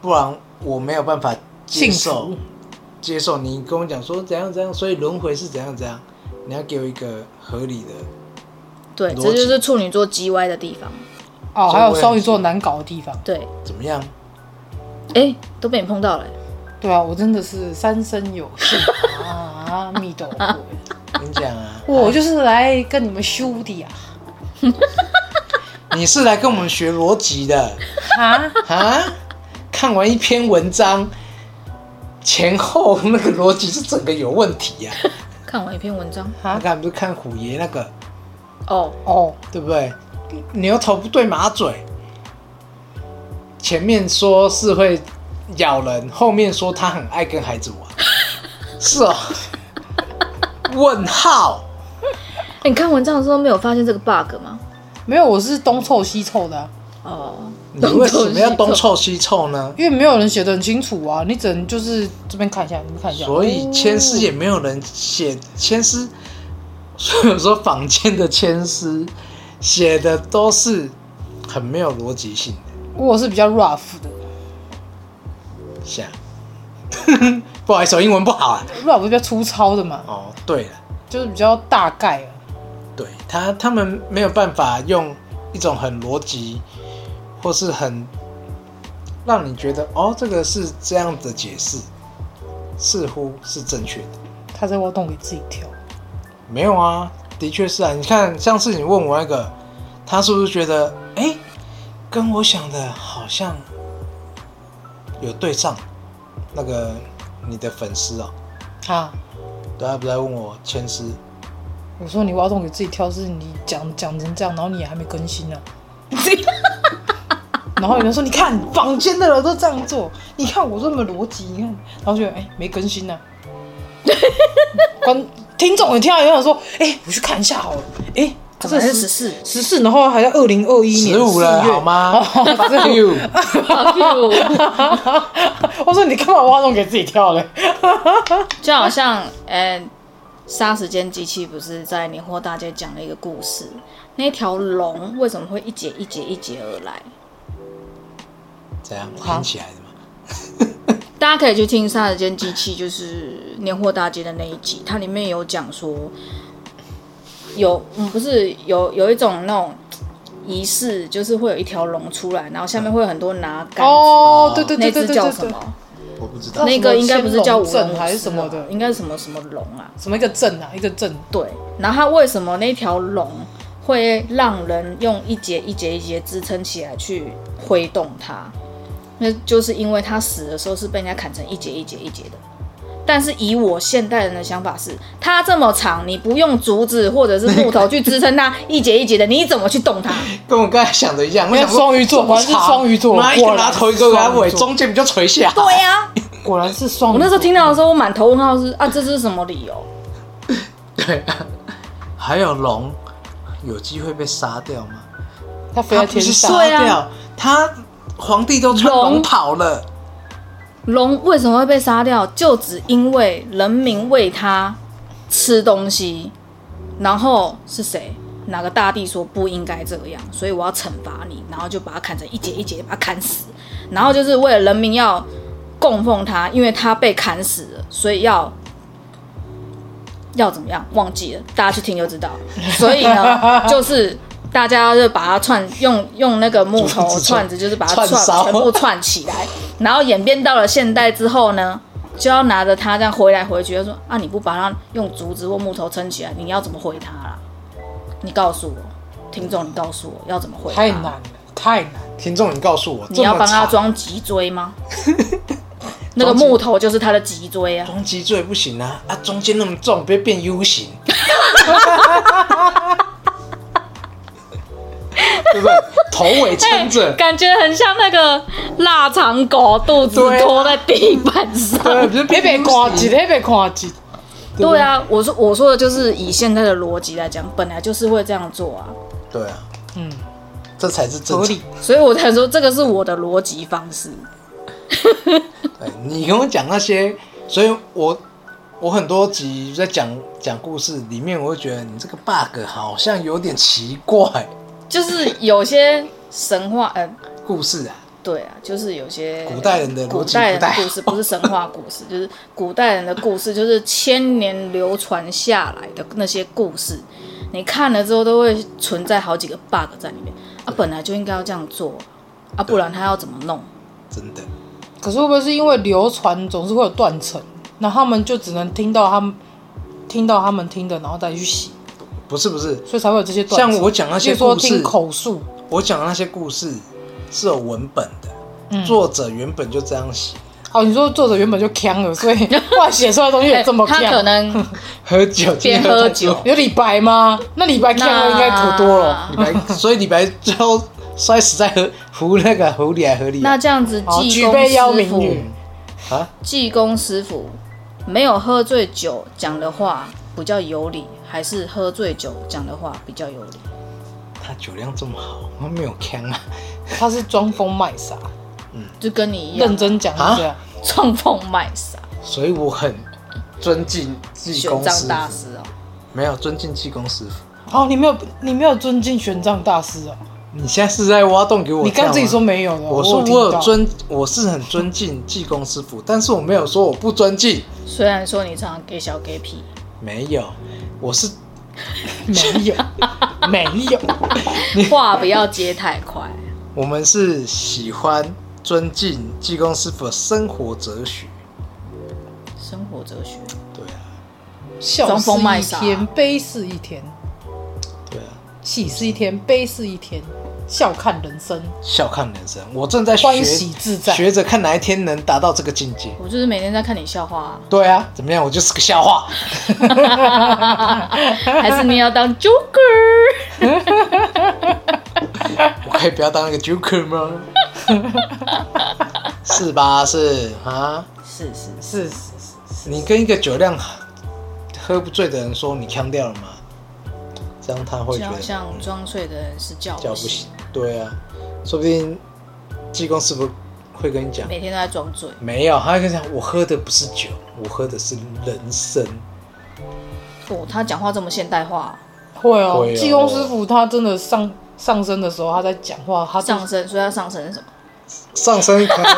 S1: 不然我没有办法接
S2: 幸
S1: 受
S2: 福。
S1: 接受你跟我讲说怎样怎样，所以轮回是怎样怎样，你要给我一个合理的
S3: 对，
S1: 逻
S3: 这
S1: 辑
S3: 就是处女座叽歪的地方。
S2: 哦，
S1: 所以
S2: 还有
S1: 我也
S2: 双鱼座难搞的地方。
S3: 对，
S1: 怎么 样？
S3: 哎，都被你碰到了、
S2: 对啊，我真的是三生有 幸啊，阿弥陀佛，，
S1: 你讲啊
S2: 哦我就是来跟你们修的啊呀。
S1: 你是来跟我们学逻辑的
S2: 啊，
S1: 啊？看完一篇文章，前后那个逻辑是整个有问题呀、
S3: 看完一篇文章
S1: 啊。你看，不是看虎爷那个，
S3: 哦，
S2: 哦，
S1: 对不对？牛头不对马嘴，前面说是会咬人，后面说他很爱跟孩子玩，是哦？问号，
S3: 欸你看文章的时候没有发现这个 bug 吗？
S2: 没有，我是东凑西凑的啊、
S3: 哦，
S1: 你为什么要
S3: 东
S1: 东
S3: 凑
S1: 凑西凑呢？
S2: 因为没有人写的很清楚啊，你只能就是这边看一下，你看一下。
S1: 所以签诗也没有人写签诗，所以我说坊间的签诗写的都是很没有逻辑性的。
S2: 我是比较 rough 的，
S1: 像 不好意思，我英文不好啊。
S2: 不然我就比较粗糙的嘛，
S1: 哦，对了，
S2: 就是比较大概啊。
S1: 对他他们没有办法用一种很逻辑，或是很让你觉得哦，这个是这样的解释，似乎是正确的。
S2: 他在挖洞给自己跳，
S1: 没有啊，的确是啊。你看上次你问我那个，他是不是觉得哎，跟我想的好像有对上？那个你的粉丝哦，
S2: 啊，
S1: 对他不来问我签诗，
S2: 我说你挖洞给自己跳，是你讲讲成这样，然后你也还没更新呢、 然后有人说你看坊间的人都这样做，你看我这么逻辑，你看，然后觉得哎、没更新呢、 观听众也听到有人说，哎、我去看一下好了，哎、
S3: 怎
S2: 这
S3: 么还是
S2: 十
S3: 十 四？
S2: 十四，然后还在二零二一年
S1: 十五了
S2: 4月哦
S1: 好？吗
S2: 15
S1: ？Fuck you！
S2: 我说你干嘛挖洞给自己跳嘞？
S3: 就好像，呃、杀时间机器不是在年货大街讲了一个故事，那条龙为什么会一节一节一节而来？
S1: 怎样？
S2: 好
S1: 听起来的嘛？
S3: 大家可以去听《杀时间机器》，就是年货大街的那一集，它里面有讲说，有嗯不是有有一种那种仪式，就是会有一条龙出来，然后下面会有很多拿杆子，
S2: 哦，对对对
S3: 那
S2: 对
S3: 只
S2: 对
S3: 叫
S2: 对
S3: 什
S2: 对，
S3: 么？
S1: 我不知道。
S3: 那个应该不是叫五
S2: 什么
S3: 龙
S2: 仙
S3: 舞
S2: 龙还是
S3: 狮
S2: 什么
S3: 啊
S2: 的
S3: 应该是什么什么龙啊？
S2: 什么一个镇啊，一个镇，
S3: 对，然后它为什么那条龙会让人用一节一节一节支撑起来去挥动它？那就是因为它死的时候是被人家砍成一节一节一节的。但是以我现代人的想法是，它这么长，你不用竹子或者是木头去 支撑它一节一节的，你怎么去动它？
S1: 跟我刚才想的一样，我
S2: 没有
S1: 想说
S2: 双鱼座
S1: 这么
S2: 果然是
S1: 长
S2: 双鱼座
S1: 妈一
S2: 果
S1: 个
S2: 然
S1: 拿头一个
S2: 是
S1: 拿
S2: 双鱼
S1: 尾，
S2: 座
S1: 中间比较垂 下。
S3: 对呀、
S2: 啊果然是双鱼座。
S3: 我那时候听到的时候，我满头问号是啊，这是什么理由？
S1: 对啊，还有龙有机会被杀掉吗？
S2: 他飞
S1: 他
S2: 在
S1: 不
S2: 天啊
S1: 是
S2: 上，
S1: 杀
S3: 对
S1: 掉，他皇帝都穿
S3: 龙
S1: 龙袍了，
S3: 龙为什么会被杀掉？就只因为人民喂它吃东西，然后是谁？哪个大帝说不应该这样，所以我要惩罚你，然后就把它砍成一节一节，把它砍死。然后就是为了人民要供奉他，因为他被砍死了，所以要要怎么样？忘记了，大家去听就知道。所以呢，就是大家就把它串用用那个木头
S1: 竹子串
S3: 串子，就是把它
S1: 串烧
S3: 串全部串起来，然后演变到了现代之后呢，就要拿着它这样回来回去，就说啊，你不把它用竹子或木头撑起来，你要怎么回它啦？你告诉我，听众，你告诉我要怎么回它？
S2: 太难了，太难了。
S1: 听众，你告诉我，
S3: 你
S1: 哎这
S3: 要
S1: 么
S3: 帮他
S1: 长
S3: 装脊椎 吗？那个木头就是他的脊椎啊，
S1: 装脊椎不行啊，啊，中间那么重，别变 U 型， 对不对？头尾撑 着，
S3: 感觉很像那个腊肠狗肚子
S1: 对啊
S3: 拖在地板上。
S1: 对，啊别
S2: 别
S1: 变
S2: 被
S1: U
S2: 嗯夸
S1: 型
S2: 击，别被夸击。
S3: 对啊，我说我说的就是以现在的逻辑来讲，本来就是会这样做啊，
S1: 对啊，
S2: 嗯，
S1: 这才是正
S2: 合
S1: 常
S2: 理。
S3: 所以我才说这个是我的逻辑方式。
S1: 对哎你跟我讲那些，所以我我很多集在讲讲故事里面，我会觉得你这个 bug 好像有点奇怪，
S3: 就是有些神话，呃，
S1: 故事啊，
S3: 对啊，就是有些
S1: 古代人的逻
S3: 古
S1: 辑
S3: 代人
S1: 不
S3: 的
S1: 太
S3: 故事，不是神话故事， 就是古代人的故事，就是千年流传下来的那些故事，你看了之后都会存在好几个 bug 在里面。啊，本来就应该要这样做啊，啊不然他要怎么弄？
S1: 真的。
S2: 可是会不会是因为流传总是会有断层，那他们就只能听到他们听到他们听的，然后再去写，
S1: 不是不是，
S2: 所以才会有这些断层。
S1: 像我讲那些
S2: 例如说
S1: 故事
S2: 听口述，
S1: 我讲的那些故事是有文本的，
S2: 嗯
S1: 作者原本就这样写。
S2: 哦，你说作者原本就呛了，所以 后来写出来的东西也这么
S3: 哎他
S2: 呛。
S3: 可能
S1: 喝酒，
S3: 边喝酒，
S2: 有李白吗？那李白呛了应该可多了。
S1: 今天喝酒，李白， 所以李白最后摔死在河湖那个湖里还河里
S3: 那
S1: 啊
S3: 这样子
S2: 哦，
S3: 济
S2: 举
S3: 公
S2: 杯邀
S3: 师
S2: 明
S3: 傅
S2: 月，，
S1: 啊
S3: 济公师傅没有喝醉酒讲的话比较有理，还是喝醉酒讲的话比较有理？
S1: 他酒量这么好，他没有呛啊，
S2: 他是装疯卖傻，
S3: 就跟你一样啊，
S2: 认真讲是这样。
S3: 装疯卖傻，
S1: 所以我很尊敬济
S3: 玄
S1: 公
S3: 奘
S1: 师
S3: 大
S1: 傅，
S3: 师哦。
S1: 没有尊敬济公师傅，
S2: 哦，你没有你没有尊敬玄奘大师哦，
S1: 你现在是在挖洞给我
S2: 你
S1: 跳
S2: 刚
S1: 吗
S2: 自己说没有的，
S1: 我
S2: 说
S1: 说我有，尊，我是很尊敬济公师傅，但是我没有说我不尊敬，
S3: 虽然说你常常给小给屁，
S1: 没有，我 是
S2: 没有，没有，
S3: 话不要接太快。
S1: 我们是喜欢尊敬济公师傅的生活哲学。
S3: 生活哲学，
S1: 对啊，
S2: 笑
S3: 装
S2: 是
S3: 疯卖
S2: 一
S3: 傻
S2: 天，悲是一天，
S1: 对啊，
S2: 喜是一天，悲是一天，笑看人生，
S1: 笑看人生，我正在学
S2: 欢喜自在
S1: 学着看哪一天能达到这个境界。，
S3: 我就是每天在看你笑话、啊
S1: 对啊，怎么样？我就是个笑 话。
S3: 还是你要当 Joker？
S1: 我可以不要当那个 Joker 吗？ 是吧？是啊，
S3: 是是是，
S2: 是是是，
S1: 你跟一个酒量喝不醉的人说你腔掉了吗？这样他会
S3: 就
S1: 觉
S3: 好
S1: 得
S3: 像装睡的人是叫
S1: 叫不
S3: 不醒
S1: 醒，。对啊，说不定济公师傅会跟你讲，
S3: 每天都在装醉。
S1: 没有，他会跟你讲，我喝的不是酒，我喝的是人参。
S3: 哦，他讲话这么现代化，
S2: 会哦
S1: 会。哦
S2: 济公师傅他真的上上身的时候，他在讲话，他
S3: 上身，所以要上身是什么？
S1: 上身可能，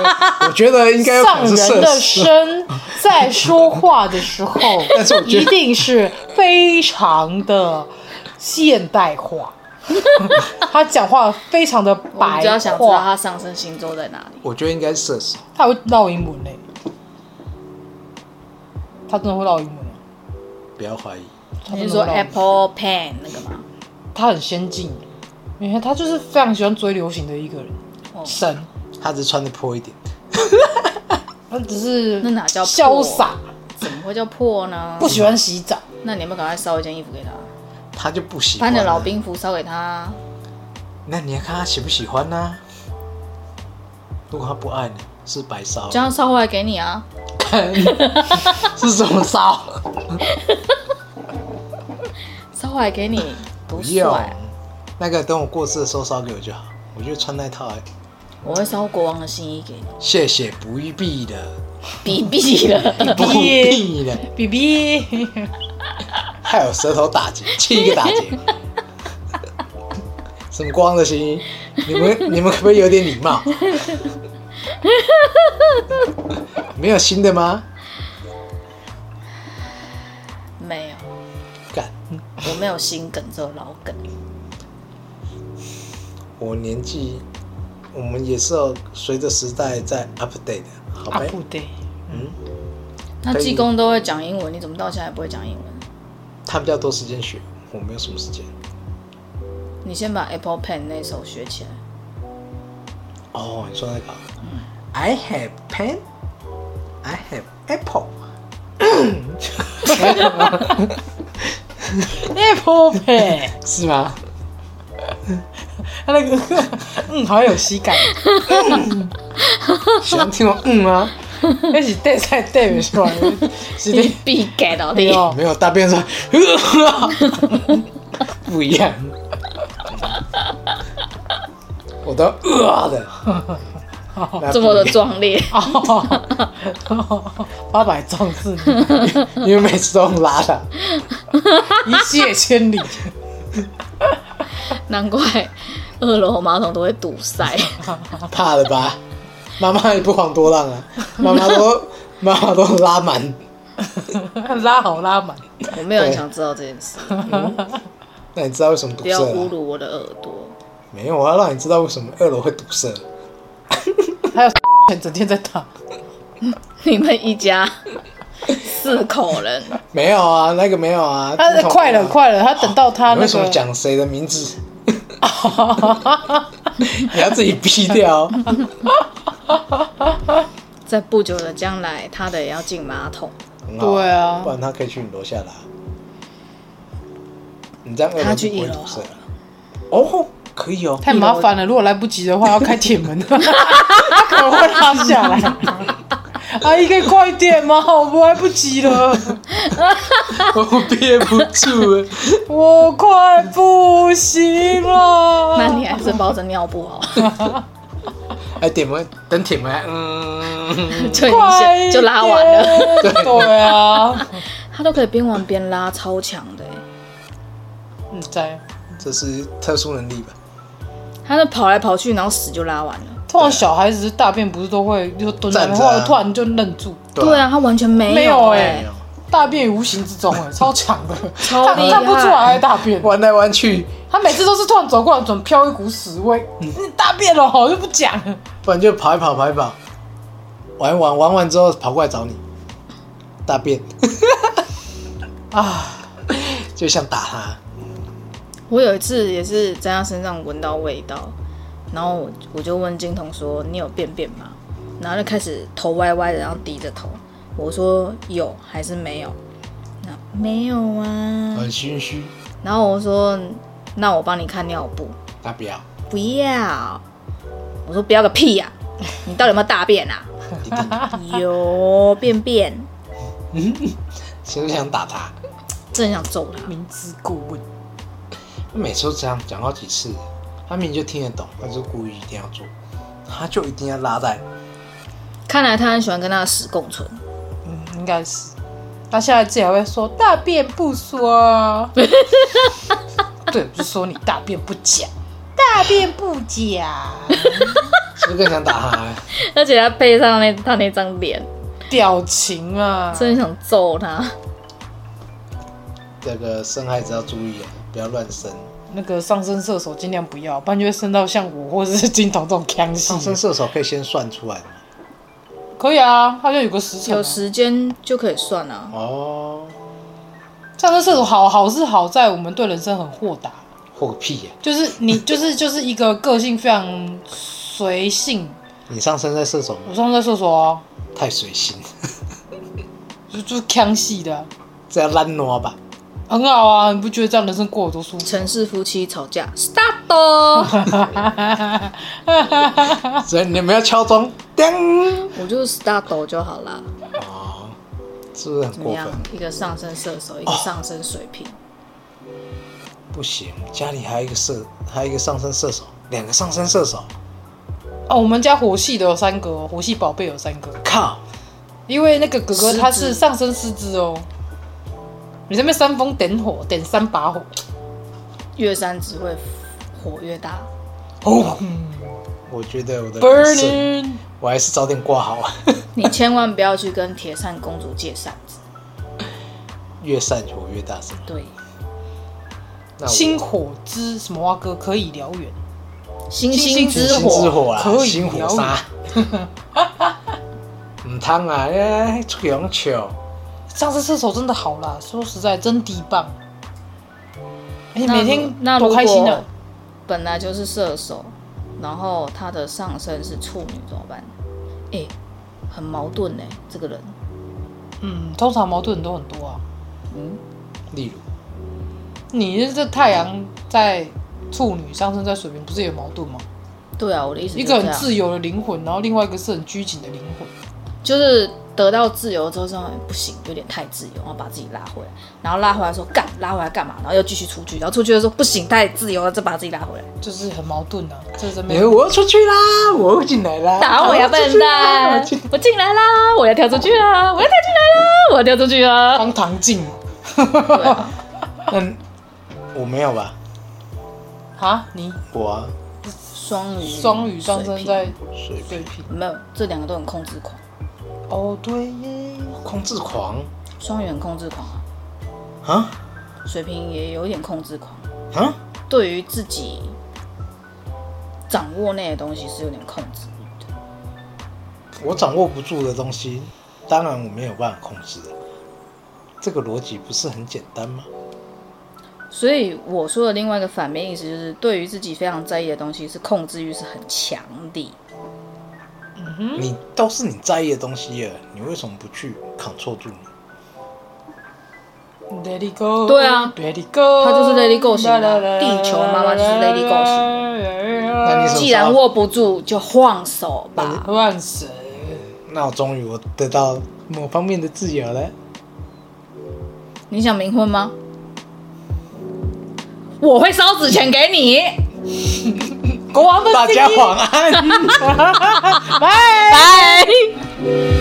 S1: 我觉得应该有可
S2: 上
S1: 能是
S2: 人
S1: 社
S2: 的
S1: 死。
S2: 身在说话的时候
S1: 但是我，觉得
S2: 一定是非常的现代化。 他讲话非常的
S3: 我们
S2: 白
S3: 只要想知道
S2: 话，
S3: 他上身星座在哪里。
S1: 我觉得应该是射手，
S2: 他还会绕英文嘞、他真的会绕英文欸、
S1: 不要怀疑。
S2: 他真
S3: 你
S2: 的
S3: 是说
S2: 会绕英文
S3: Apple Pen 那个吗？
S2: 他很先进，你看他就是非常喜欢追流行的一个人，
S3: 哦
S2: 神，
S1: 他只是穿的破一点，
S2: 他只是
S3: 那哪叫破啊
S2: 潇洒，
S3: 怎么会叫破呢？
S2: 不喜欢洗澡，
S3: 那你有没有赶快烧一件衣服给他？
S1: 他就不喜
S3: 把
S1: 欢。
S3: 你的老，兵服烧给他。
S1: 那你要看他喜不喜欢呢、啊如果他不爱你，是白烧，
S3: 这样烧回来给你啊！
S1: 是什么烧？
S3: 烧回来给你，多
S1: 不用
S3: 帅！，
S1: 那个等我过世的时候烧给我就好，我就穿那套、
S3: 我会烧国王的新衣给你，
S1: 谢谢不必的，
S3: 比比了。
S1: 不必的，
S2: 比比，
S1: 还有舌头打结，七个打结。 什么光的声音？你们你们可不可以有点礼 貌？没有新的吗？
S3: 没有，
S1: 干，
S3: 我没有心梗，只有老梗。
S1: 我年纪，我们也是要随着时代在 update 的，好
S2: 啊
S1: 呗？
S2: 不对，
S3: 那济公都会讲英文，你怎么到现在还不会讲英文？
S1: 他比较多时间学，我没有什么时间。
S3: 你先把 Apple Pen 那首学起来。
S1: 哦，你说那个、i have pen, I have apple。
S2: Apple Pay，
S1: 是吗？
S2: 他那个 嗯，好有喜感，
S1: 喜欢听我嗯吗？
S2: 那是带菜带不 出来的，是
S3: 你
S2: 的，
S3: 必 get 到
S2: 没
S3: 的。
S2: 有，啊
S1: 哦没有，大便说 不一样，我都呃的，那
S3: 这么的壮烈，
S2: 八百壮士
S1: 不一样，因为每次都用拉的，
S2: 一泻千里，
S3: 难怪二楼马桶都会堵 塞。
S1: 怕了吧？妈妈也不遑多让啊，妈妈都 妈妈都拉满，
S2: 拉好拉满，
S3: 我没有很想知道这件 事，
S1: 那你知道为什么堵
S3: 不要
S2: 啊
S1: 塞
S3: 侮
S1: 了？
S3: 辱我的耳朵。
S1: 没有，我要让你知道为什么二楼会堵塞。
S2: 还有整天在打，
S3: 你们一家四口人，
S1: 没有啊，那个没有啊，
S2: 他
S1: 听筒
S2: 快
S1: 没
S2: 了
S1: 有啊
S2: 快了，他等到他
S1: 你
S2: 那
S1: 为什么
S2: 个
S1: 讲谁的名字？ 你要自己逼掉哦。
S3: 在不久的将来，他的也要进马桶，
S1: 很好
S2: 对啊
S1: 不然他可以去你楼下拿。你这样二
S3: 他
S1: 楼
S3: 去
S1: 就不会
S3: 一楼
S1: 堵塞了。哦，可以哦。
S2: 太麻烦了，如果来不及的 话，要开铁门，他可能会拉下来。阿姨，可以快点吗？我们来不及了，
S1: 我憋不住了。
S2: 我快不行了。
S3: 那你还是包着尿布哦好了，
S1: 哎，铁门，等铁门，嗯，
S3: 就一
S2: 快
S3: 下
S2: 一点
S3: 就拉完了。。
S2: 对啊，
S3: 他都可以边玩边拉，超强的欸。
S2: 嗯，在
S1: 这是特殊能力吧？
S3: 他那跑来跑去，然后屎就拉完了。
S2: 通常小孩子大便不是都会就蹲在那
S1: 站
S2: 边，
S1: 着啊
S2: 后来突然就愣住，
S3: 对啊，他完全没
S2: 没有
S3: 哎、
S2: 哎、大便无形之中哎、超强的，
S3: 超
S2: 看
S3: 厉害
S2: 看不出来大便。
S1: 玩来玩去，
S2: 他每次都是突然走过来，准飘一股屎味，
S1: 嗯
S2: 你大便了，我就不讲了。
S1: 不然就跑一跑，跑一跑，玩一玩，玩完之后跑过来找你，大便，
S2: 啊，
S1: 就想打他。
S3: 我有一次也是在他身上闻到味道，然后我我就问金童说：“你有便便吗？”然后就开始头歪歪的，然后低着头。我说：“有还是没有？”那没有啊。
S1: 很心虚，
S3: 然后我说：“那我帮你看尿布。
S1: 他不要，”
S3: 不要。我说：“不要个屁呀、 你到底有没有大便啊？
S1: 一定
S3: 有便便，
S1: 谁都想打他。
S3: 真想揍他。
S2: 明知故问，
S1: 每次都这样讲好几次，他明明就听得懂，但是故意一定要做，他就一定要拉在。
S3: 看来他很喜欢跟他的屎共存。
S2: 嗯，应该是。他下一次还会说大便不说 啊，对，不是说你大便不讲，大便不讲，
S1: 是不是更想打他？
S3: 而且他配上那他那张脸，
S2: 表情啊，
S3: 真想揍他。
S1: 这个生孩子要注意啊，不要乱生。
S2: 那个上升射手尽量不要，不然就会升到像我或者是金童这种腔
S1: 上升
S2: 系。
S1: 射手可以先算出来
S2: 可以啊，好像有个时辰、啊。
S3: 有时间就可以算啊。
S1: 哦，
S2: 上升射手好好是好在我们对人生很豁达，
S1: 嚯个屁呀、
S2: 就是你 就是就是一个个性非常随性。
S1: 你上升在射手吗
S2: 我上次在厕所啊，
S1: 太随性，
S2: 就就是腔系的啊、
S1: 这要懒挪吧？
S2: 很好啊，你不觉得这样人生过得多舒服？
S3: 城市夫妻吵架，start 哦
S1: 所以你们要敲钟，叮，
S3: 我就 start 哦就好啦。
S1: 是不是很
S3: 怎么
S1: 过
S3: 样
S1: 分？？哦
S3: 一个上升射手，一个上升水瓶，
S1: 不行，家里还有一个射，还有一个上升射手，两个上升射手，
S2: 哦，我们家火系的有三个、哦，火系宝贝有三个，
S1: 靠！
S2: 因为那个哥哥
S3: 狮子
S2: 他是上升狮子哦。你这边煽风点火，点三把火，
S3: 越山只会火越大。
S1: 哦，我觉得我的人生，
S2: burning。
S1: 我还是早点挂啊好，
S3: 你千万不要去跟铁扇公主借扇子。
S1: 越散火越大声。
S3: 对，
S1: 那我
S2: 星火之什么蛙哥可以燎原，
S3: 星
S2: 星
S3: 星
S2: 之
S3: 之
S1: 星之
S3: 火，
S1: 火啦，
S2: 可以
S1: 星火
S2: 聊
S1: 杀， 唔通啊，哎，出去用笑，
S2: 上次射手真的好啦，说实在真的棒。哎、
S3: 那
S2: 每
S3: 如
S2: 天
S3: 那
S2: 多
S3: 如
S2: 开心啊
S3: 果！本来就是射手，然后他的上升是处女，怎么办？哎、很矛盾呢、这个人。
S2: 嗯，通常矛盾都很多啊。
S3: 嗯，
S1: 例如
S2: 你这太阳在处女上升在水瓶，不是也有矛盾吗？
S3: 对啊，我的意思
S2: 一
S3: 就
S2: 个
S3: 是这
S2: 很
S3: 样
S2: 自由的灵魂，然后另外一个是很拘谨的灵魂。
S3: 就是得到自由之后，说哎不行，有点太自由，然后把自己拉回来，然后拉回来说干，拉回来干嘛？然后又继续出去，然后出去的时候不行，太自由了，再把自己拉回来，
S2: 就是很矛盾啊，这是没
S1: 哎，我要出去啦，我又进来啦，
S3: 打我呀
S1: 要出
S3: 笨
S1: 去啦
S3: 蛋！我进来啦，我要跳出去啦，我要跳进来啦，我要跳出去啦。
S2: 方唐镜
S3: 对啊
S1: 嗯，我没有吧？
S2: 啊，你
S1: 我啊，
S3: 双鱼，
S2: 双鱼上升在
S1: 水
S2: 水
S1: 瓶，
S2: 瓶
S3: 没有，这两个都很控制狂，
S2: 哦，对耶，
S1: 控制狂
S3: 双鱼很控制狂啊，
S1: 啊
S3: 水瓶也有一点控制狂，
S1: 啊！
S3: 对于自己掌握那些东西是有点控制欲的。
S1: 我掌握不住的东西，当然我没有办法控制的。这个逻辑不是很简单吗？
S3: 所以我说的另外一个反面意思就是，对于自己非常在意的东西是控制欲是很强的。
S1: 你都是你在意的东西了，你为什么不去扛错住呢？
S2: Let it go，
S3: 对啊
S2: ，Let it go，
S3: 他就是 Let it go 型啊地球妈妈就是 Let it go
S1: 那你
S2: 型
S1: 手
S3: 既然握不住，就晃手吧。
S2: 乱神，
S1: 那我终于我得到某方面的自由了。
S3: 你想冥婚吗？我会烧纸钱给你。
S2: 国王 的
S1: 大家晚安。
S3: 拜。